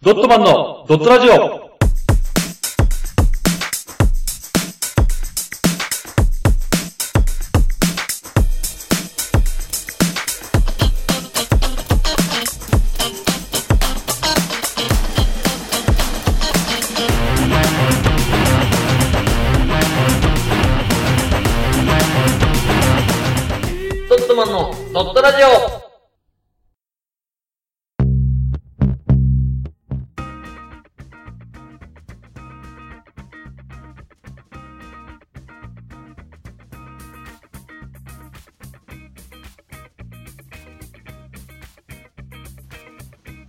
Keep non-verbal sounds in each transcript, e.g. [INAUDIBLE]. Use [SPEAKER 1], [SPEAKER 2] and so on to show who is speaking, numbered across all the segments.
[SPEAKER 1] ドットマンのドットラジオ
[SPEAKER 2] ドットマンのドットラジオ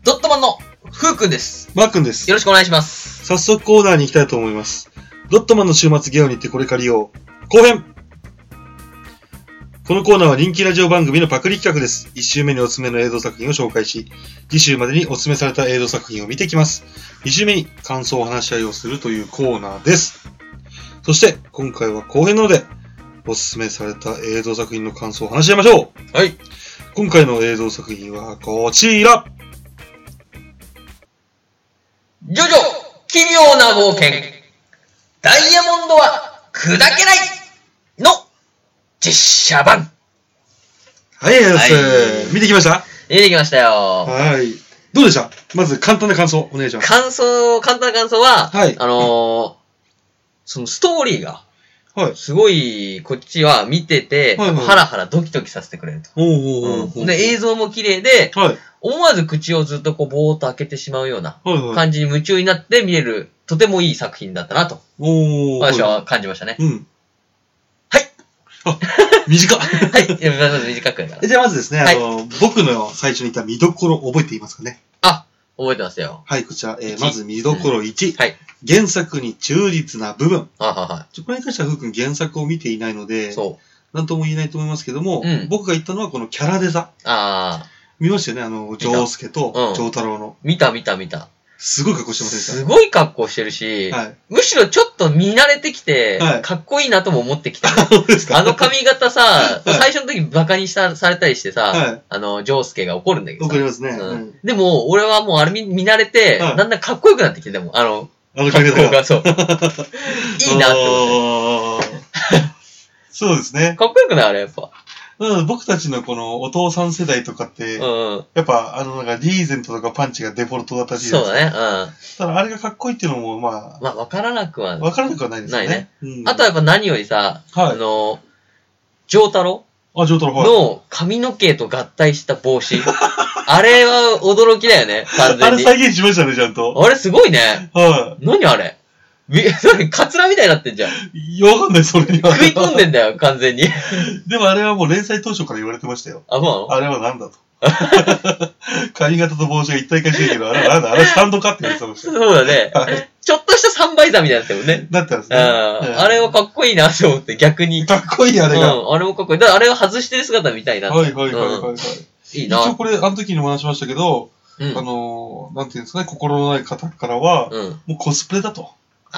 [SPEAKER 2] ドットマンのふうくんです。
[SPEAKER 3] マー君です
[SPEAKER 2] よ。ろしくお願いします。
[SPEAKER 3] 早速コーナーに行きたいと思います。ドットマンの週末ゲオに行ってこれからよう。後編このコーナーは人気ラジオ番組のパクリ企画です。1週目におすすめの映像作品を紹介し、2週までにおすすめされた映像作品を見てきます。2週目に感想を話し合いをするというコーナーです。そして、今回は後編なので、おすすめされた映像作品の感想を話し合いましょう
[SPEAKER 2] はい。
[SPEAKER 3] 今回の映像作品はこちら
[SPEAKER 2] ジョジョ奇妙な冒険ダイヤモンドは砕けないの実写版
[SPEAKER 3] はい、え
[SPEAKER 2] はい
[SPEAKER 3] ー見てきました
[SPEAKER 2] 出てきましたよ。
[SPEAKER 3] はい。どうでしたまず簡単な感想お願いします。
[SPEAKER 2] 感想、簡単な感想は、
[SPEAKER 3] はい
[SPEAKER 2] あのー、そのストーリーが、
[SPEAKER 3] はい。
[SPEAKER 2] すごい、こっちは見てて、
[SPEAKER 3] はいはい
[SPEAKER 2] ハラハラドキドキさせてくれると。
[SPEAKER 3] おうおうおうおう
[SPEAKER 2] で、映像も綺麗で、
[SPEAKER 3] はい。
[SPEAKER 2] 思わず口をずっとこう、ぼーっと開けてしまうような
[SPEAKER 3] はいはい。
[SPEAKER 2] 感じに夢中になって見れる、とてもいい作品だったなと、
[SPEAKER 3] おー。
[SPEAKER 2] 私は感じましたね。
[SPEAKER 3] い。うん。
[SPEAKER 2] はい。
[SPEAKER 3] あ、短っ。
[SPEAKER 2] はい、いやまず短くやから
[SPEAKER 3] [LAUGHS] え。じゃあまずですね、
[SPEAKER 2] はい
[SPEAKER 3] あの、僕の最初に言った見どころ覚えていますかね。
[SPEAKER 2] あ、覚えてますよ。
[SPEAKER 3] はい、こちら、えー
[SPEAKER 2] 一
[SPEAKER 3] まず見どころ1、
[SPEAKER 2] はい。
[SPEAKER 3] 原作に忠実な部分。
[SPEAKER 2] あはいは
[SPEAKER 3] ちょこれに関しては、ふうくん原作を見ていないの
[SPEAKER 2] い。
[SPEAKER 3] で、
[SPEAKER 2] そう。
[SPEAKER 3] なんとも言えないと思いますけども、
[SPEAKER 2] うん
[SPEAKER 3] 僕が言ったのはこのキャラデザ。
[SPEAKER 2] ああ、
[SPEAKER 3] 見ましたよね、あの、
[SPEAKER 2] た
[SPEAKER 3] ジョウスケと
[SPEAKER 2] うん、
[SPEAKER 3] ジョウタロウの。
[SPEAKER 2] 見た見た見た。
[SPEAKER 3] すごい格好してませんでし
[SPEAKER 2] すごい格好してるし、
[SPEAKER 3] た。はい。
[SPEAKER 2] むしろちょっと見慣れてきて、
[SPEAKER 3] はい
[SPEAKER 2] かっこいいなとも思
[SPEAKER 3] [LAUGHS]
[SPEAKER 2] ってきた。
[SPEAKER 3] そうですか
[SPEAKER 2] あの髪型さ、
[SPEAKER 3] い
[SPEAKER 2] 最初の時バカにしたされたりしてさ、
[SPEAKER 3] はい
[SPEAKER 2] あの、ジョースケが怒るんだけど
[SPEAKER 3] わ
[SPEAKER 2] さ
[SPEAKER 3] かり。ますね。
[SPEAKER 2] う
[SPEAKER 3] うん
[SPEAKER 2] んでも、俺はもうあれ見見慣れて、
[SPEAKER 3] はい
[SPEAKER 2] だんだんかっこよくなってきて、でも、あの、
[SPEAKER 3] あの
[SPEAKER 2] 格
[SPEAKER 3] 髪型
[SPEAKER 2] 好
[SPEAKER 3] が。
[SPEAKER 2] が、そう。いいなって思って。
[SPEAKER 3] [LAUGHS] あーそうですね。
[SPEAKER 2] かっこよくないあれ、やっぱ。
[SPEAKER 3] うん僕たちのこのお父さん世代とかって、
[SPEAKER 2] うんうん。
[SPEAKER 3] やっぱあのなんかリーゼントとかパンチがデフォルトだったり
[SPEAKER 2] そうだね。う
[SPEAKER 3] ただあれがかっこいいっていうのもま
[SPEAKER 2] ん。まあ、わからなくは
[SPEAKER 3] あ、
[SPEAKER 2] ない。
[SPEAKER 3] わからなくはないですよね。
[SPEAKER 2] ないね
[SPEAKER 3] うん
[SPEAKER 2] あとはやっぱ何よりさ、
[SPEAKER 3] は
[SPEAKER 2] あ
[SPEAKER 3] い。
[SPEAKER 2] の、ジョータロ
[SPEAKER 3] あ、ジョートロ、はい。
[SPEAKER 2] の髪の毛と合体した帽子。 [LAUGHS] あれは驚きだよね、完
[SPEAKER 3] あ
[SPEAKER 2] 全
[SPEAKER 3] れ
[SPEAKER 2] に。
[SPEAKER 3] 再現しましたね、ちゃんと。
[SPEAKER 2] あれすごいね。
[SPEAKER 3] は
[SPEAKER 2] 何あれみ、 [LAUGHS] 何カツラみたいになってんじゃん。
[SPEAKER 3] [LAUGHS] い。いやわかんない、それには。
[SPEAKER 2] 食い込んでんだよ、完全に。
[SPEAKER 3] でもあれはもう連載当初から言われてましたよ。
[SPEAKER 2] あ、もう
[SPEAKER 3] あれはなんだと。髪型と帽子が一体化してるけど、あれはなんだ、あれスタンドかって言われてまし
[SPEAKER 2] そうだね
[SPEAKER 3] た。。はい。
[SPEAKER 2] ちょっとしたサンバイザーみたいになってるもんね。
[SPEAKER 3] だったんです
[SPEAKER 2] うん。
[SPEAKER 3] ね。
[SPEAKER 2] あれはかっこいいなと思って、逆に。
[SPEAKER 3] かっこ [LAUGHS] いい、あ
[SPEAKER 2] う
[SPEAKER 3] れ
[SPEAKER 2] ん
[SPEAKER 3] が。、
[SPEAKER 2] あれもかっこいい。だからあれを外してる姿みたいな。
[SPEAKER 3] はいはいはいはい、
[SPEAKER 2] う
[SPEAKER 3] は
[SPEAKER 2] ん
[SPEAKER 3] い。
[SPEAKER 2] いい
[SPEAKER 3] 一応
[SPEAKER 2] な。
[SPEAKER 3] これ、あの時にも話しましたけど、
[SPEAKER 2] う
[SPEAKER 3] あ
[SPEAKER 2] ん。
[SPEAKER 3] のー、なんていうんですかね、心のない方からは、
[SPEAKER 2] うん。
[SPEAKER 3] もうコスプレだと、揶揄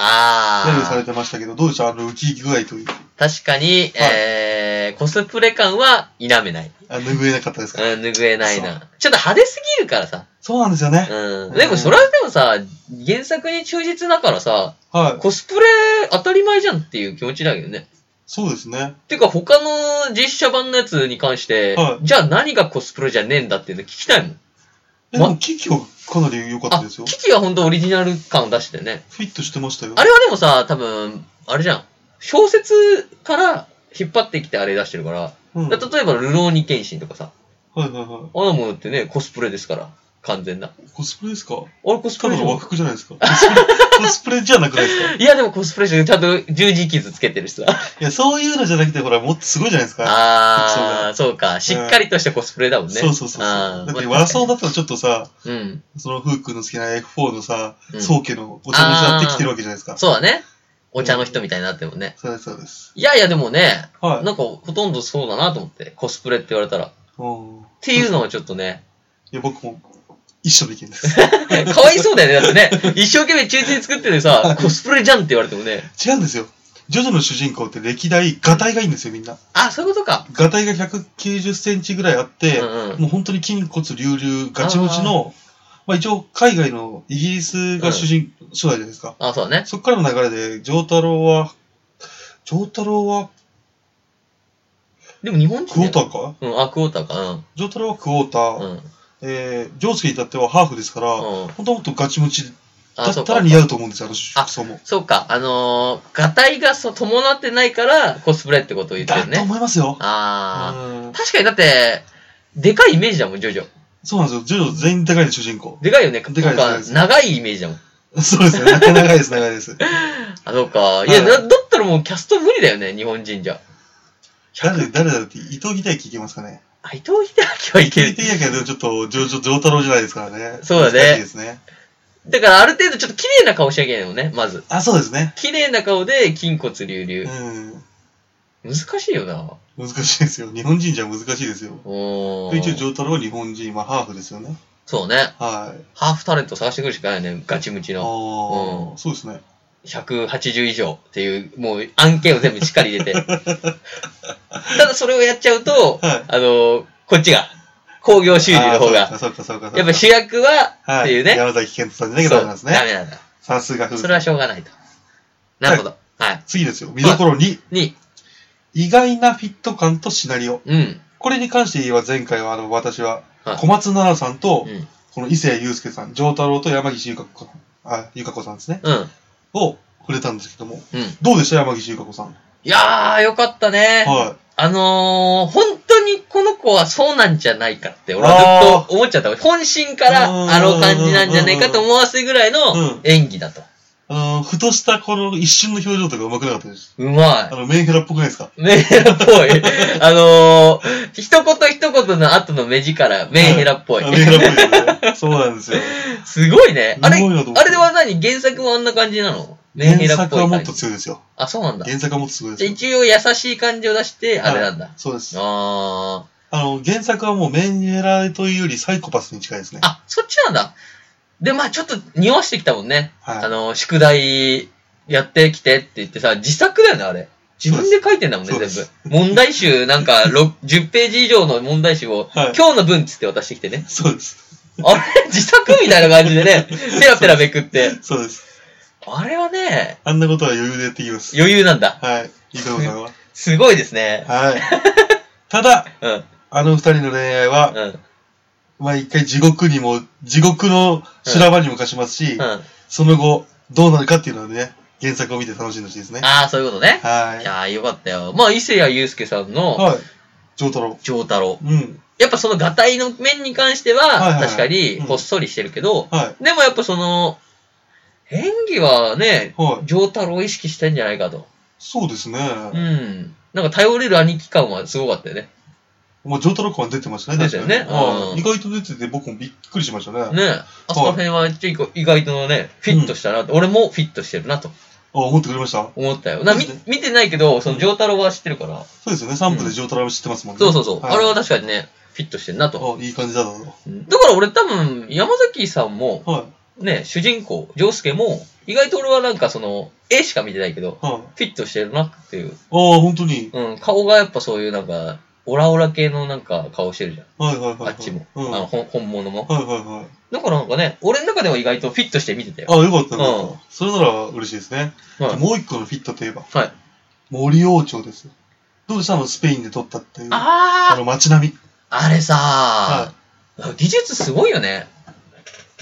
[SPEAKER 3] され
[SPEAKER 2] あー。
[SPEAKER 3] てましたけど、どうでしたあの、ウキウキ具合というか、
[SPEAKER 2] 確かに、えー、コスプレ感は否めない。
[SPEAKER 3] あ拭えなかったですか、
[SPEAKER 2] うん、拭えないな。ちょっと派手すぎるからさ。
[SPEAKER 3] そうなんですよね。
[SPEAKER 2] うん。でもそれはでもさ、原作に忠実だからさ、
[SPEAKER 3] はい。
[SPEAKER 2] コスプレ当たり前じゃんっていう気持ちだけどね。
[SPEAKER 3] そうですね。
[SPEAKER 2] てか他の実写版のやつに関して、
[SPEAKER 3] はい
[SPEAKER 2] じゃあ何がコスプレじゃねえんだっていうの聞きたいもん。
[SPEAKER 3] え、
[SPEAKER 2] ま
[SPEAKER 3] でも、キキはかなり良かった
[SPEAKER 2] あ、
[SPEAKER 3] ですよ。
[SPEAKER 2] キキは本当オリジナル感を出してね。
[SPEAKER 3] フィットしてましたよ。
[SPEAKER 2] あれはでもさ、多分、あれじゃん。小説から引っ張ってきてあれ出してるから。
[SPEAKER 3] うん、
[SPEAKER 2] だ
[SPEAKER 3] はい
[SPEAKER 2] 例えば、ルローニケンシンとかさ。
[SPEAKER 3] はいは
[SPEAKER 2] あんなものってね、コスプレですから。完全な。
[SPEAKER 3] い。コスプレですか
[SPEAKER 2] あれコスプ
[SPEAKER 3] た
[SPEAKER 2] レ
[SPEAKER 3] だ
[SPEAKER 2] じゃ
[SPEAKER 3] の
[SPEAKER 2] ん
[SPEAKER 3] 和服じゃないですか。コスプレ [LAUGHS] コスプレじゃなくないですか
[SPEAKER 2] いや、でもコスプレしてる。ちゃんと十字傷つけてるしさ。
[SPEAKER 3] いや、 [LAUGHS] そういうのじゃなくて、ほら、もっとすごいじゃないですか。
[SPEAKER 2] あー、そうか。しっかりとしたコスプレだもんね。
[SPEAKER 3] そうそうそうそう。だ
[SPEAKER 2] あー
[SPEAKER 3] って和装だったらちょっとさ、
[SPEAKER 2] うん。
[SPEAKER 3] そのフー君の好きな F4 のさ、
[SPEAKER 2] うん
[SPEAKER 3] 宗家のお茶の茶ってきてるわけじゃないですか。
[SPEAKER 2] そうだね。お茶の人みたいになってるもんね。
[SPEAKER 3] そうです、そうです。
[SPEAKER 2] いやいや、でもね、
[SPEAKER 3] は
[SPEAKER 2] なんかほとんどそうだなと思って。コスプレって言われたら。っ
[SPEAKER 3] い。うん。い
[SPEAKER 2] ていうのはちょっとね、 [LAUGHS]
[SPEAKER 3] や、僕も一緒の意見です。
[SPEAKER 2] かわいそうだよね。だってね、一生懸命忠実に作っててさ、コスプレじゃんって言われてもね。
[SPEAKER 3] 違うんですよ。ジョジョの主人公って歴代、ガタイがいいんですよ、みんな。
[SPEAKER 2] あ、そういうことか。
[SPEAKER 3] ガタイが190センチぐらいあって、
[SPEAKER 2] うんうん
[SPEAKER 3] もう本当に筋骨隆々、ガチムチの、まあ一応海外のイギリスが主人、初代じゃないですか。
[SPEAKER 2] あ、そうだね。
[SPEAKER 3] そっからの流れで、丈太郎は、丈太郎は
[SPEAKER 2] でも日本人
[SPEAKER 3] ク
[SPEAKER 2] だ
[SPEAKER 3] ォー
[SPEAKER 2] よ
[SPEAKER 3] ターか
[SPEAKER 2] うん、あ、クォーターか。
[SPEAKER 3] 丈太郎はクォーター。
[SPEAKER 2] うん。うん。
[SPEAKER 3] えー、ジョースケに至ってはハーフですから、
[SPEAKER 2] うん
[SPEAKER 3] ほんともっとガチムチだ
[SPEAKER 2] あ、
[SPEAKER 3] っ
[SPEAKER 2] そう
[SPEAKER 3] た。
[SPEAKER 2] から
[SPEAKER 3] 似合うと思うんですよ、あの
[SPEAKER 2] あ
[SPEAKER 3] 服装も。
[SPEAKER 2] そうか。あのー、がたいがそう伴ってないからコスプレってことを言って
[SPEAKER 3] だ
[SPEAKER 2] る
[SPEAKER 3] と
[SPEAKER 2] ね。
[SPEAKER 3] 思いますよ。
[SPEAKER 2] あ
[SPEAKER 3] う
[SPEAKER 2] あ。
[SPEAKER 3] ん
[SPEAKER 2] 確かにだって、でかいイメージだもん、ジョジョ。
[SPEAKER 3] そうなんですよ。ジョジョ全員高いの主人公。 [LAUGHS]
[SPEAKER 2] でかいよね。
[SPEAKER 3] でかいです
[SPEAKER 2] なん
[SPEAKER 3] でかいです
[SPEAKER 2] 長いイメージだもん。
[SPEAKER 3] そうですね。長いです、長いです。
[SPEAKER 2] あ、そうか。いや、
[SPEAKER 3] はい
[SPEAKER 2] だだったらもうキャスト無理だよね、日本人じゃ。
[SPEAKER 3] 誰、誰だって、伊藤義大聞いてますかね。
[SPEAKER 2] あ、伊藤秀明はい
[SPEAKER 3] 伊藤
[SPEAKER 2] け
[SPEAKER 3] 義
[SPEAKER 2] る。
[SPEAKER 3] 大けど、ちょっと、ジョジョ、ジョー太郎じゃないですからね。
[SPEAKER 2] そうだね
[SPEAKER 3] 難しいですね。
[SPEAKER 2] だからある程度ちょっと綺麗な顔しなきゃいけないのね、まず。
[SPEAKER 3] あ、そうですね。
[SPEAKER 2] 綺麗な顔で筋骨隆
[SPEAKER 3] う
[SPEAKER 2] 々。難しいよな。
[SPEAKER 3] ん。難しいですよ。日本人じゃ難しいですよ。
[SPEAKER 2] お
[SPEAKER 3] 一応、ジ
[SPEAKER 2] ー。
[SPEAKER 3] ョー太郎は日本人、まあ、ハーフですよね。
[SPEAKER 2] そうね。
[SPEAKER 3] はい。
[SPEAKER 2] ハーフタレント探してくるしかないよね、ガチムチ
[SPEAKER 3] あ
[SPEAKER 2] の。
[SPEAKER 3] あ、
[SPEAKER 2] うん
[SPEAKER 3] そうですね。
[SPEAKER 2] 180以上っていう、もう案件を全部しっかり入れて。ただそれをやっちゃうと、
[SPEAKER 3] はい
[SPEAKER 2] あの、こっちが、興行収入の方
[SPEAKER 3] あー
[SPEAKER 2] が、
[SPEAKER 3] そうか、そうか、そうか。
[SPEAKER 2] やっぱ主役は、っ
[SPEAKER 3] は
[SPEAKER 2] ていうね。
[SPEAKER 3] 山崎健人さんじゃなきゃ
[SPEAKER 2] そ
[SPEAKER 3] ダ
[SPEAKER 2] う
[SPEAKER 3] メなんですね。
[SPEAKER 2] ダメなんだ。
[SPEAKER 3] さすが。
[SPEAKER 2] それはしょうがないと。なるほど。はい。
[SPEAKER 3] 次ですよ。見どころ2。
[SPEAKER 2] に、
[SPEAKER 3] 意外なフィット感とシナリオ。
[SPEAKER 2] うん。
[SPEAKER 3] これに関して言えば前回はあの私は
[SPEAKER 2] はい
[SPEAKER 3] 小松菜奈さんと
[SPEAKER 2] うん。
[SPEAKER 3] この伊勢祐介さん、丈太郎と山岸優香子さん、あ、優香子さんですね。
[SPEAKER 2] うん。
[SPEAKER 3] を触れたんですけども。
[SPEAKER 2] うん。
[SPEAKER 3] どうでした山岸優香子さん。
[SPEAKER 2] いやー、よかったね。
[SPEAKER 3] は
[SPEAKER 2] あのー、本当にこの子はそうなんじゃないかって、俺はずっと思っちゃった。本心から
[SPEAKER 3] うん
[SPEAKER 2] あの感じなんじゃないかと思わせるぐらい
[SPEAKER 3] うん
[SPEAKER 2] の演技だと。
[SPEAKER 3] い。あの、ふとしたこの一瞬の表情とかうまくなかったです。
[SPEAKER 2] うまい
[SPEAKER 3] あ。の、メンヘラっぽくないですか
[SPEAKER 2] [LAUGHS] メンヘラっぽい。あのー、一言一言の後の目力、メンヘラっぽい
[SPEAKER 3] あ。メンヘラっぽいです
[SPEAKER 2] [LAUGHS]
[SPEAKER 3] ね。そうなんですよ。
[SPEAKER 2] すごいね。あれ、
[SPEAKER 3] すごいなと思って
[SPEAKER 2] あれは何原作もあんな感じなのメンヘ
[SPEAKER 3] 原
[SPEAKER 2] ラっ
[SPEAKER 3] 作
[SPEAKER 2] ぽ
[SPEAKER 3] はいもっ
[SPEAKER 2] 感
[SPEAKER 3] と
[SPEAKER 2] じ。
[SPEAKER 3] 強いですよ。
[SPEAKER 2] あ、そうなんだ。
[SPEAKER 3] 原作はもっとすごいです
[SPEAKER 2] じゃあ
[SPEAKER 3] よ。
[SPEAKER 2] 一応優しい感じを出して、あれなんだ。
[SPEAKER 3] はいそうです。
[SPEAKER 2] あ
[SPEAKER 3] あの、原作はもうメンヘラというよりサイコパスに近いですね
[SPEAKER 2] ー。。あ、そっちなんだ。で、まあちょっと匂わしてきたもんね。
[SPEAKER 3] はい
[SPEAKER 2] あの、宿題やってきてって言ってさ、自作だよね、あれ。自分で書いてんだもんね、
[SPEAKER 3] そうで
[SPEAKER 2] 全
[SPEAKER 3] す
[SPEAKER 2] 部。問題集、なんか、ろ10ページ以上の問題集を、
[SPEAKER 3] はい
[SPEAKER 2] 今日の分っつって渡してきてね。
[SPEAKER 3] そうです。
[SPEAKER 2] あれ [LAUGHS] 自作みたいな感じでね、ペラペラめくって。
[SPEAKER 3] そうです。
[SPEAKER 2] あれはね、
[SPEAKER 3] あんなことは余裕でやっていきます。
[SPEAKER 2] 余裕なんだ。
[SPEAKER 3] はい。いいかさん
[SPEAKER 2] [LAUGHS]
[SPEAKER 3] は。
[SPEAKER 2] すごいですね。
[SPEAKER 3] はい。ただ、
[SPEAKER 2] うん。
[SPEAKER 3] あの二人の恋愛は、
[SPEAKER 2] うん。
[SPEAKER 3] まあ一回地獄にも、地獄の修羅場にも貸しますし、
[SPEAKER 2] うん。
[SPEAKER 3] その後、どうなるかっていうのはね、原作を見て楽しんでほしいですね。
[SPEAKER 2] ああ、そういうことね。
[SPEAKER 3] はいい。
[SPEAKER 2] やー、よかったよ。まあ、伊勢谷友介さんの、
[SPEAKER 3] はい。上太郎。
[SPEAKER 2] 長太郎。
[SPEAKER 3] うん。
[SPEAKER 2] やっぱその、がたいの面に関して
[SPEAKER 3] はいはい
[SPEAKER 2] は、
[SPEAKER 3] はい
[SPEAKER 2] 確かに、
[SPEAKER 3] うん
[SPEAKER 2] ほっそりしてるけど、
[SPEAKER 3] はい。
[SPEAKER 2] でもやっぱその、演技はね、
[SPEAKER 3] はい。
[SPEAKER 2] 上太郎を意識してんじゃないかと。
[SPEAKER 3] そうですね。
[SPEAKER 2] うん。なんか頼れる兄貴感はすごかったよね。
[SPEAKER 3] まあ、上太郎感出てましたね、
[SPEAKER 2] 出て
[SPEAKER 3] 確
[SPEAKER 2] るね
[SPEAKER 3] かに。は
[SPEAKER 2] うん
[SPEAKER 3] い意外と出てて、僕もびっくりしましたね。あ、
[SPEAKER 2] ねあそこら辺は結構意外とね、フィットしたなと。俺もフィットしてるなと
[SPEAKER 3] 思ってくれました
[SPEAKER 2] 思ったよ。なみ
[SPEAKER 3] そうで
[SPEAKER 2] 見てないけど、その上太郎は知ってるから。
[SPEAKER 3] そうですよね。3分で上太郎知ってますもんね。
[SPEAKER 2] そうそうそう。
[SPEAKER 3] い
[SPEAKER 2] あれは確かにね、フィットしてるなと。
[SPEAKER 3] あ、いい感じだなと。
[SPEAKER 2] うんだから俺多分、山崎さんも、
[SPEAKER 3] はい。
[SPEAKER 2] ね、主人公、ジョウスケも、意外と俺はなんかその、絵しか見てないけど、
[SPEAKER 3] はい。
[SPEAKER 2] フィットしてるなっていう。
[SPEAKER 3] ああ、本当に。
[SPEAKER 2] うん、顔がやっぱそういうなんか、オラオラ系のなんか顔してるじゃん。
[SPEAKER 3] はいはいはい、はい。
[SPEAKER 2] あっちも。
[SPEAKER 3] うん。
[SPEAKER 2] あの
[SPEAKER 3] はい
[SPEAKER 2] 本本物も。
[SPEAKER 3] はいはい。
[SPEAKER 2] だからなんかね、俺の中では意外とフィットして見てたよ。
[SPEAKER 3] あよかったよか
[SPEAKER 2] う
[SPEAKER 3] った。それなら嬉しいですね。
[SPEAKER 2] はい。
[SPEAKER 3] もう一個のフィットといえば、
[SPEAKER 2] はい、
[SPEAKER 3] 森王朝ですよ。どうでしたあの、スペインで撮ったっていう。あ
[SPEAKER 2] あ
[SPEAKER 3] の、街並み。
[SPEAKER 2] ああれさ、
[SPEAKER 3] は
[SPEAKER 2] 技術すごいよね。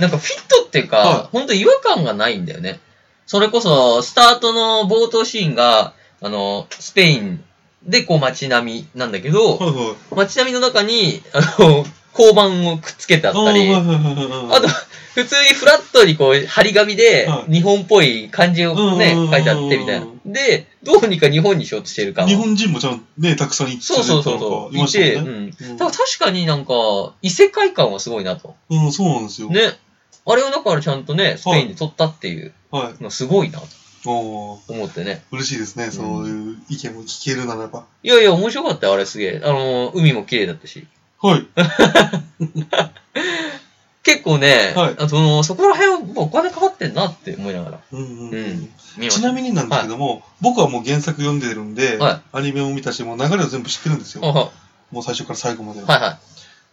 [SPEAKER 2] なんかフィットっていうか、
[SPEAKER 3] はい
[SPEAKER 2] ほんと違和感がないんだよね。それこそ、スタートの冒頭シーンが、あの、スペインでこう街並みなんだけど、
[SPEAKER 3] い。はいはい。
[SPEAKER 2] 街並みの中に、あの、交番をくっつけてあ
[SPEAKER 3] あ
[SPEAKER 2] ったり、
[SPEAKER 3] はいはいはいはいはい。
[SPEAKER 2] あと、普通にフラットにこう、張り紙で
[SPEAKER 3] は、い
[SPEAKER 2] 日本っぽい漢字をね、
[SPEAKER 3] うんうんうんうん
[SPEAKER 2] 書いてあってみたいな。で、どうにか日本にしようとしてる感は
[SPEAKER 3] 日本人もちゃんとね、たくさんいて
[SPEAKER 2] そうそうそうそう。
[SPEAKER 3] いま
[SPEAKER 2] い
[SPEAKER 3] した
[SPEAKER 2] て、
[SPEAKER 3] よ
[SPEAKER 2] う
[SPEAKER 3] ね。
[SPEAKER 2] ん。
[SPEAKER 3] うん
[SPEAKER 2] だから確かになんか、異世界感はすごいなと。
[SPEAKER 3] うん、そうなんですよ。
[SPEAKER 2] ね。あれをだからちゃんとね、スペインで撮ったっていう
[SPEAKER 3] はい。
[SPEAKER 2] のすごいなと
[SPEAKER 3] おー
[SPEAKER 2] 思ってね。
[SPEAKER 3] 嬉しいですね、そういう意見も聞けるならば。
[SPEAKER 2] いやいや、面白かったよ、あれすげえ。あの、海も綺麗だったし。
[SPEAKER 3] はい。
[SPEAKER 2] 結構ね、
[SPEAKER 3] はい
[SPEAKER 2] あそのそこら辺はお金かかってんなって思いながら。
[SPEAKER 3] うんう
[SPEAKER 2] うん。
[SPEAKER 3] んうん
[SPEAKER 2] 見ました
[SPEAKER 3] ちなみになんですけども、僕はもう原作読んでるんで、
[SPEAKER 2] は
[SPEAKER 3] アニメを見たし、もう流れを全部知ってるんですよ。
[SPEAKER 2] はい
[SPEAKER 3] もう最初から最後まで。
[SPEAKER 2] はいは